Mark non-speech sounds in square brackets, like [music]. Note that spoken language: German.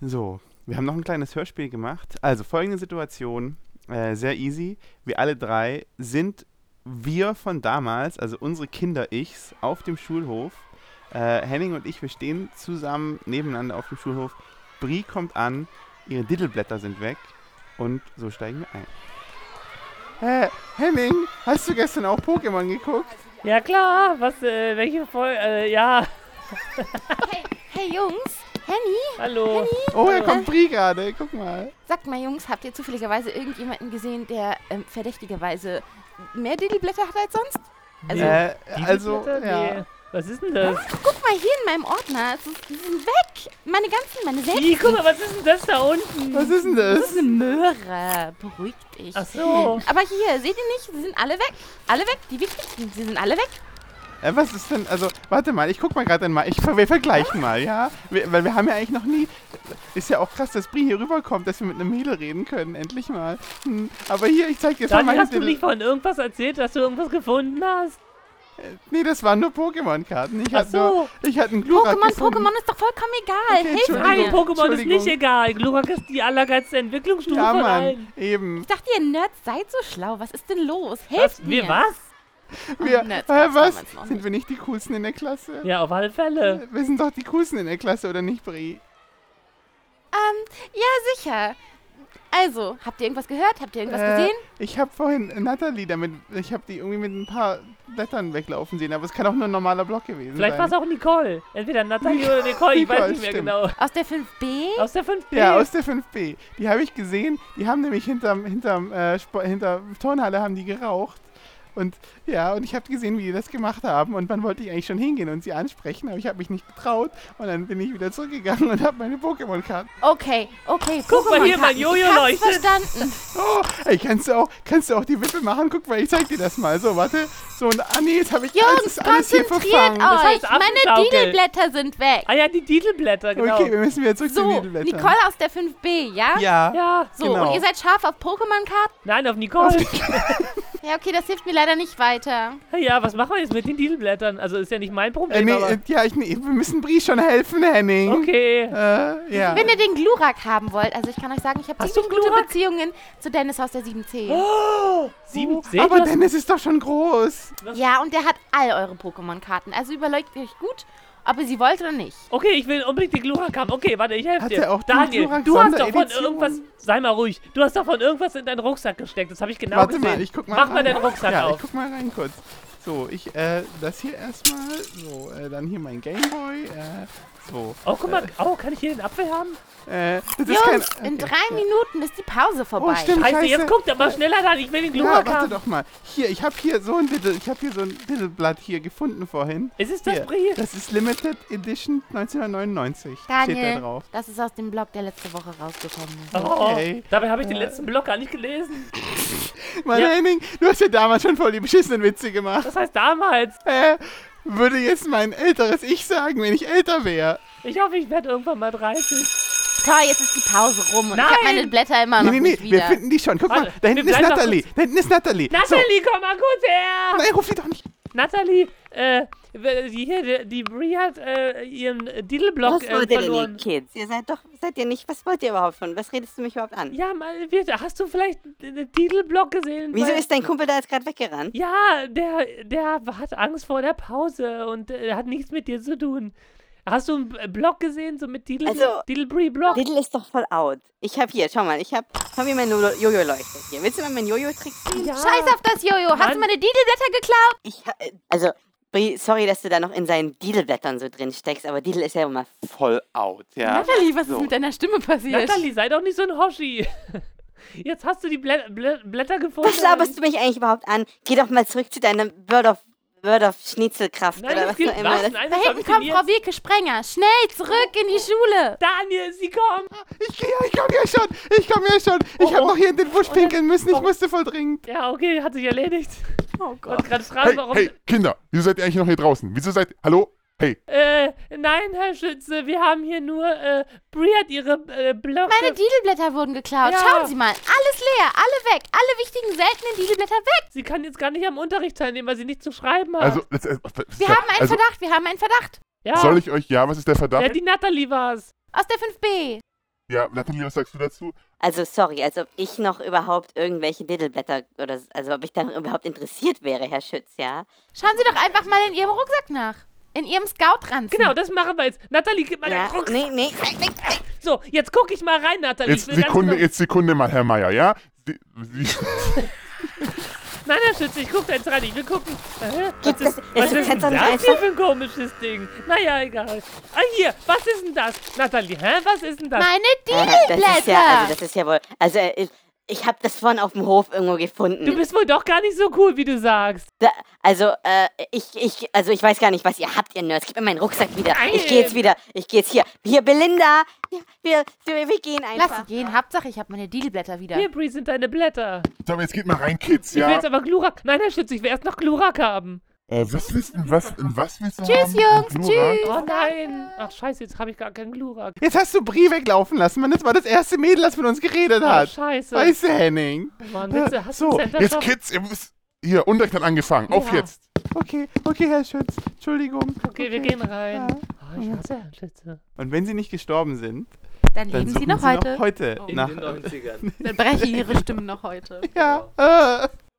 So, wir haben noch ein kleines Hörspiel gemacht. Also folgende Situation, äh, sehr easy. Wir alle drei sind wir von damals, also unsere Kinder-Ichs, auf dem Schulhof. Äh, Henning und ich, wir stehen zusammen nebeneinander auf dem Schulhof. Brie kommt an, ihre Diddleblätter sind weg und so steigen wir ein. Hä, Henning, hast du gestern auch Pokémon geguckt? Ja klar, was, äh, welche Folge, äh, ja, Hey Jungs, Henny, hallo. Oh, da kommt Brie gerade, guck mal. sagt mal Jungs, habt ihr zufälligerweise irgendjemanden gesehen, der ähm, verdächtigerweise mehr Diddleblätter hat als sonst? Also, Äh, Diese also, Blätter? ja. Nee. Was ist denn das? guck mal hier in meinem Ordner, es ist, die sind weg. Meine ganzen, meine Ih, guck selbst. mal, was ist denn das da unten? Was ist denn Das das? ist eine Möhre, beruhigt dich. Ach so. Aber hier, seht ihr nicht, sie sind alle weg. Alle weg, die wichtigsten, sie sind alle weg. Äh, was ist denn, also, warte mal, ich guck mal gerade mal, ich, ver- wir vergleichen mal, ja? Wir, weil wir haben ja eigentlich noch nie, ist ja auch krass, dass Brie hier rüberkommt, dass wir mit einem Mädel reden können, endlich mal. Hm, aber hier, ich zeig dir jetzt mal Daniel, meine hast du Diddle- nicht von irgendwas erzählt, dass du irgendwas gefunden hast? Nee, das waren nur Pokémon-Karten. Ich Ach hatte nur, ich hatte einen Glurak Pokémon, gefunden. Pokémon ist doch vollkommen egal. Okay, Hilf Entschuldigung. Nein, mir. Pokémon ist Entschuldigung. nicht egal. Glurak ist die allergeilste Entwicklungsstufe Ja, von Mann, allen. eben. Ich dachte, ihr Nerds seid so schlau. Was ist denn los? Was, Helft mir. wir, was? Wir, Ach, Nerds äh, gab's was? damals noch Sind wir nicht die Coolsten in der Klasse? Ja, auf alle Fälle. Wir sind doch die Coolsten in der Klasse, oder nicht, Brie? Ähm, ja, sicher. Also, habt ihr irgendwas gehört? Habt ihr irgendwas Äh, gesehen? Ich habe vorhin Natalie damit, ich habe die irgendwie mit ein paar Blättern weglaufen sehen, aber es kann auch nur ein normaler Block gewesen Vielleicht war sein. es auch Nicole. Entweder Nathalie oder Nicole, ich weiß Nicole, nicht mehr stimmt. genau. Aus der 5B? Aus der 5B. ja, aus der 5B. Die habe ich gesehen. Die haben nämlich hinterm, hinterm, äh, Sp- hinter Turnhalle haben die geraucht. Und ja, und ich habe gesehen, wie die das gemacht haben. Und dann wollte ich eigentlich schon hingehen und sie ansprechen, aber ich habe mich nicht getraut. Und dann bin ich wieder zurückgegangen und habe meine Pokémon-Karten. Okay, okay. Guck mal, hier, Pokémon-Karten. mein Jojo ich hab's leuchtet. verstanden. Oh, ey, kannst du auch, kannst du auch die Wippe machen? Guck mal, ich zeig dir das mal. So, warte. So, und ah nee, jetzt habe ich alles, Jungs, ist alles hier konzentriert verfangen. euch. heißt Meine Affenschaukel. Didelblätter sind weg. Ah ja, die Titelblätter, genau. Okay, wir müssen wieder zurück zu So, den Blättern. Nicole aus der 5B, ja? Ja. Ja, So, genau. und ihr seid scharf auf Pokémon-Karten? nein, auf Nicole. Ja, okay, das hilft mir leider nicht weiter. Ja, was machen wir jetzt mit den Titelblättern? Also ist ja nicht mein Äh, Problem, nee, aber... äh, ja, ich, nee, wir müssen Brie schon helfen, Henning. Okay. Äh, ja. Wenn ihr den Glurak haben wollt, also ich kann euch sagen, ich habe Hast du ziemlich gute Glurak? Beziehungen zu Dennis aus der 7C. Oh, sieben, Oh, seht ihr aber das? Dennis ist doch schon groß. Ja, und der hat all eure Pokémon-Karten. Also überlegt euch gut, ob ihr sie wollt oder nicht. Okay, ich will unbedingt den Glurak haben. Okay, warte, ich helfe Hat dir. er auch die Daniel, Glurak du hast doch von Sonderedition? irgendwas... Sei mal ruhig. Du hast doch von irgendwas in deinen Rucksack gesteckt. Das habe ich genau Warte gesehen. mal, ich guck mal. Mach mal rein. deinen Rucksack ja, auf. Ich guck mal rein kurz. So, ich, äh, das hier erstmal. So, äh, dann hier mein Gameboy. Äh, so. Oh, guck mal. Oh, kann ich hier den Apfel haben? Äh, das ist kein. Jungs, in okay. drei Minuten ist die Pause vorbei. stimmt. Scheiße, Scheiße. jetzt guck doch mal schneller dann. Ich will den Ja, Glurak warte haben. doch mal. Hier, ich habe hier so ein Diddle, ich habe hier so ein Diddleblatt hier gefunden vorhin. Ist es das Hier, Brie? das ist Limited Edition 1999. Steht da Daniel, drauf. das ist aus dem Blog, der letzte Woche rausgekommen ist. Oh, Okay. dabei habe ich den letzten Block gar nicht gelesen. Mann, Ja. Henning, du hast ja damals schon voll die beschissenen Witze gemacht. Das heißt damals. Äh, würde jetzt mein älteres Ich sagen, wenn ich älter wäre. Ich hoffe, ich werde irgendwann mal 30. Toll, jetzt ist die Pause rum und ich Nein! habe meine Blätter immer noch Nee, nee, nicht nee, wir wieder. finden die schon. Guck mal, Warte, da wir hinten ist bleiben doch Natalie. Da hinten ist Natalie. Natalie, komm mal kurz her! So. Nein, ruf die doch nicht. Natalie, äh, die hier, die- die Brie hat äh, ihren Diddleblock Was äh, wollt ihr denn, ihr verloren. Kids? Ihr seid doch, seid ihr nicht, was wollt ihr überhaupt von? Was redest du mich überhaupt an? Ja, mal, Wirte, hast du vielleicht einen Diddleblock gesehen? Wieso Weil- ist dein Kumpel da jetzt gerade weggerannt? Ja, der, der hat Angst vor der Pause und äh, hat nichts mit dir zu tun. Hast du einen äh, Block gesehen, so mit Diddle, Also, Diddle Brie Block? Diddle ist doch voll out. Ich hab hier, schau mal, ich hab, schau mir mein Jojo- Jojo leuchtet hier. Willst du mal mein Jojo tricksen? Ja. Scheiß auf das Jojo, hast Mann. du meine Didelblätter geklaut? Ich hab, äh, also, Bri, sorry, dass du da noch in seinen Didelblättern so drin steckst, aber Diddle ist ja immer Voll out, ja. Natalie, was So. ist mit deiner Stimme passiert? Natalie, sei doch nicht so ein Hoshi. [laughs] Jetzt hast du die Blä Blä Blätter gefunden. Was laberst du mich eigentlich überhaupt an? Geh doch mal zurück zu deiner Word of, Word of Schnitzelkraft Nein, oder das was gibt auch immer. was? Das- Nein, Da das hab hinten ich denn kommt Frau jetzt? Wilke Sprenger. Schnell zurück in die Schule. Daniel, sie kommt. Ich, ja, ich komm hier schon. Ich komm hier schon. Ich Oh, hab oh. noch hier in den Busch Oh, ja. pinkeln müssen. Ich Oh. musste voll dringend. Ja, okay, hat sich erledigt. Oh Wollte gerade fragen, Hey, Also warum. hey, Kinder, wieso seid ihr eigentlich noch hier draußen? Wieso seid Hallo? Hey, Äh, nein, Herr Schütze, wir haben hier nur, äh, Brie hat ihre äh, Blöcke. Meine Didelblätter wurden geklaut. Ja. Schauen Sie mal. Alles leer, alle weg. Alle wichtigen, seltenen Didelblätter weg. sie kann jetzt gar nicht am Unterricht teilnehmen, weil sie nichts zu schreiben hat. also. das- äh, was ist Wir da- haben einen also, Verdacht, wir haben einen Verdacht. ja, Soll ich euch. Ja, was ist der Verdacht? ja, die Natalie war's. Aus der 5B. Ja, Nathalie, was sagst du dazu? Also sorry, als ob ich noch überhaupt irgendwelche Diddleblätter oder s- also ob ich da überhaupt interessiert wäre, Herr Schütz, ja. Schauen Sie doch einfach mal in Ihrem Rucksack nach. In Ihrem Scout-Ranzen. Genau, das machen wir jetzt. Nathalie, gib mal ja. den Rucksack. Nee, nee. So, jetzt gucke ich mal rein, Nathalie. Jetzt ich will ganz Sekunde, genau- jetzt Sekunde mal, Herr Meier, ja? Die, die, [laughs] Nein, Herr Schütze, ich gucke da jetzt rein. Ich will gucken. Äh, was Gibt es- ist, was es ist kann denn doch nicht das hier einfach- für ein komisches Ding? Naja, egal. Ah, hier, was ist denn das? Nathalie, hä? Was ist denn das? Meine Äh, das ist Diedelblätter. ja, also das ist ja wohl. Also äh, ich- ich habe das vorhin auf dem Hof irgendwo gefunden. Du bist wohl doch gar nicht so cool, wie du sagst. Da, also, äh, ich, ich, also ich weiß gar nicht, was ihr habt, ihr Nerds. Gib mir meinen Rucksack wieder. Ich gehe jetzt wieder. Ich gehe jetzt hier. Hier, Belinda. Ja, wir, wir, wir gehen Lass einfach. sie gehen. Hauptsache, ich habe meine Diedelblätter wieder. Hier, Bree, sind deine Blätter. so, aber jetzt geht mal rein, Kids, Ich will ja? jetzt aber Glurak. Nein, Herr Schütze, ich will erst noch Glurak haben. Äh, was willst du, was, was willst du Tschüss, haben? Jungs, Nur tschüss. Oh nein. Ach, scheiße, jetzt habe ich gar keinen Glurak. Jetzt hast du Brie weglaufen lassen, Mann. Das war das erste Mädel, das mit uns geredet Oh, hat. scheiße. Weißt du, Henning? Mann, Witze, hast So, du ran? Center Jetzt, Shop? Kids, ihr müsst... Hier, Unrecht hat angefangen. Auf Ja. jetzt. Okay, okay, Herr Schütz. Entschuldigung. Okay, wir gehen Ja. rein. Oh, ich hasse Herrn Schütze. Und wenn sie nicht gestorben sind, Dann dann leben suchen Sie noch heute. heute In nach. den 90ern. Dann brechen Ihre Stimmen noch heute. [laughs] Ja. Äh.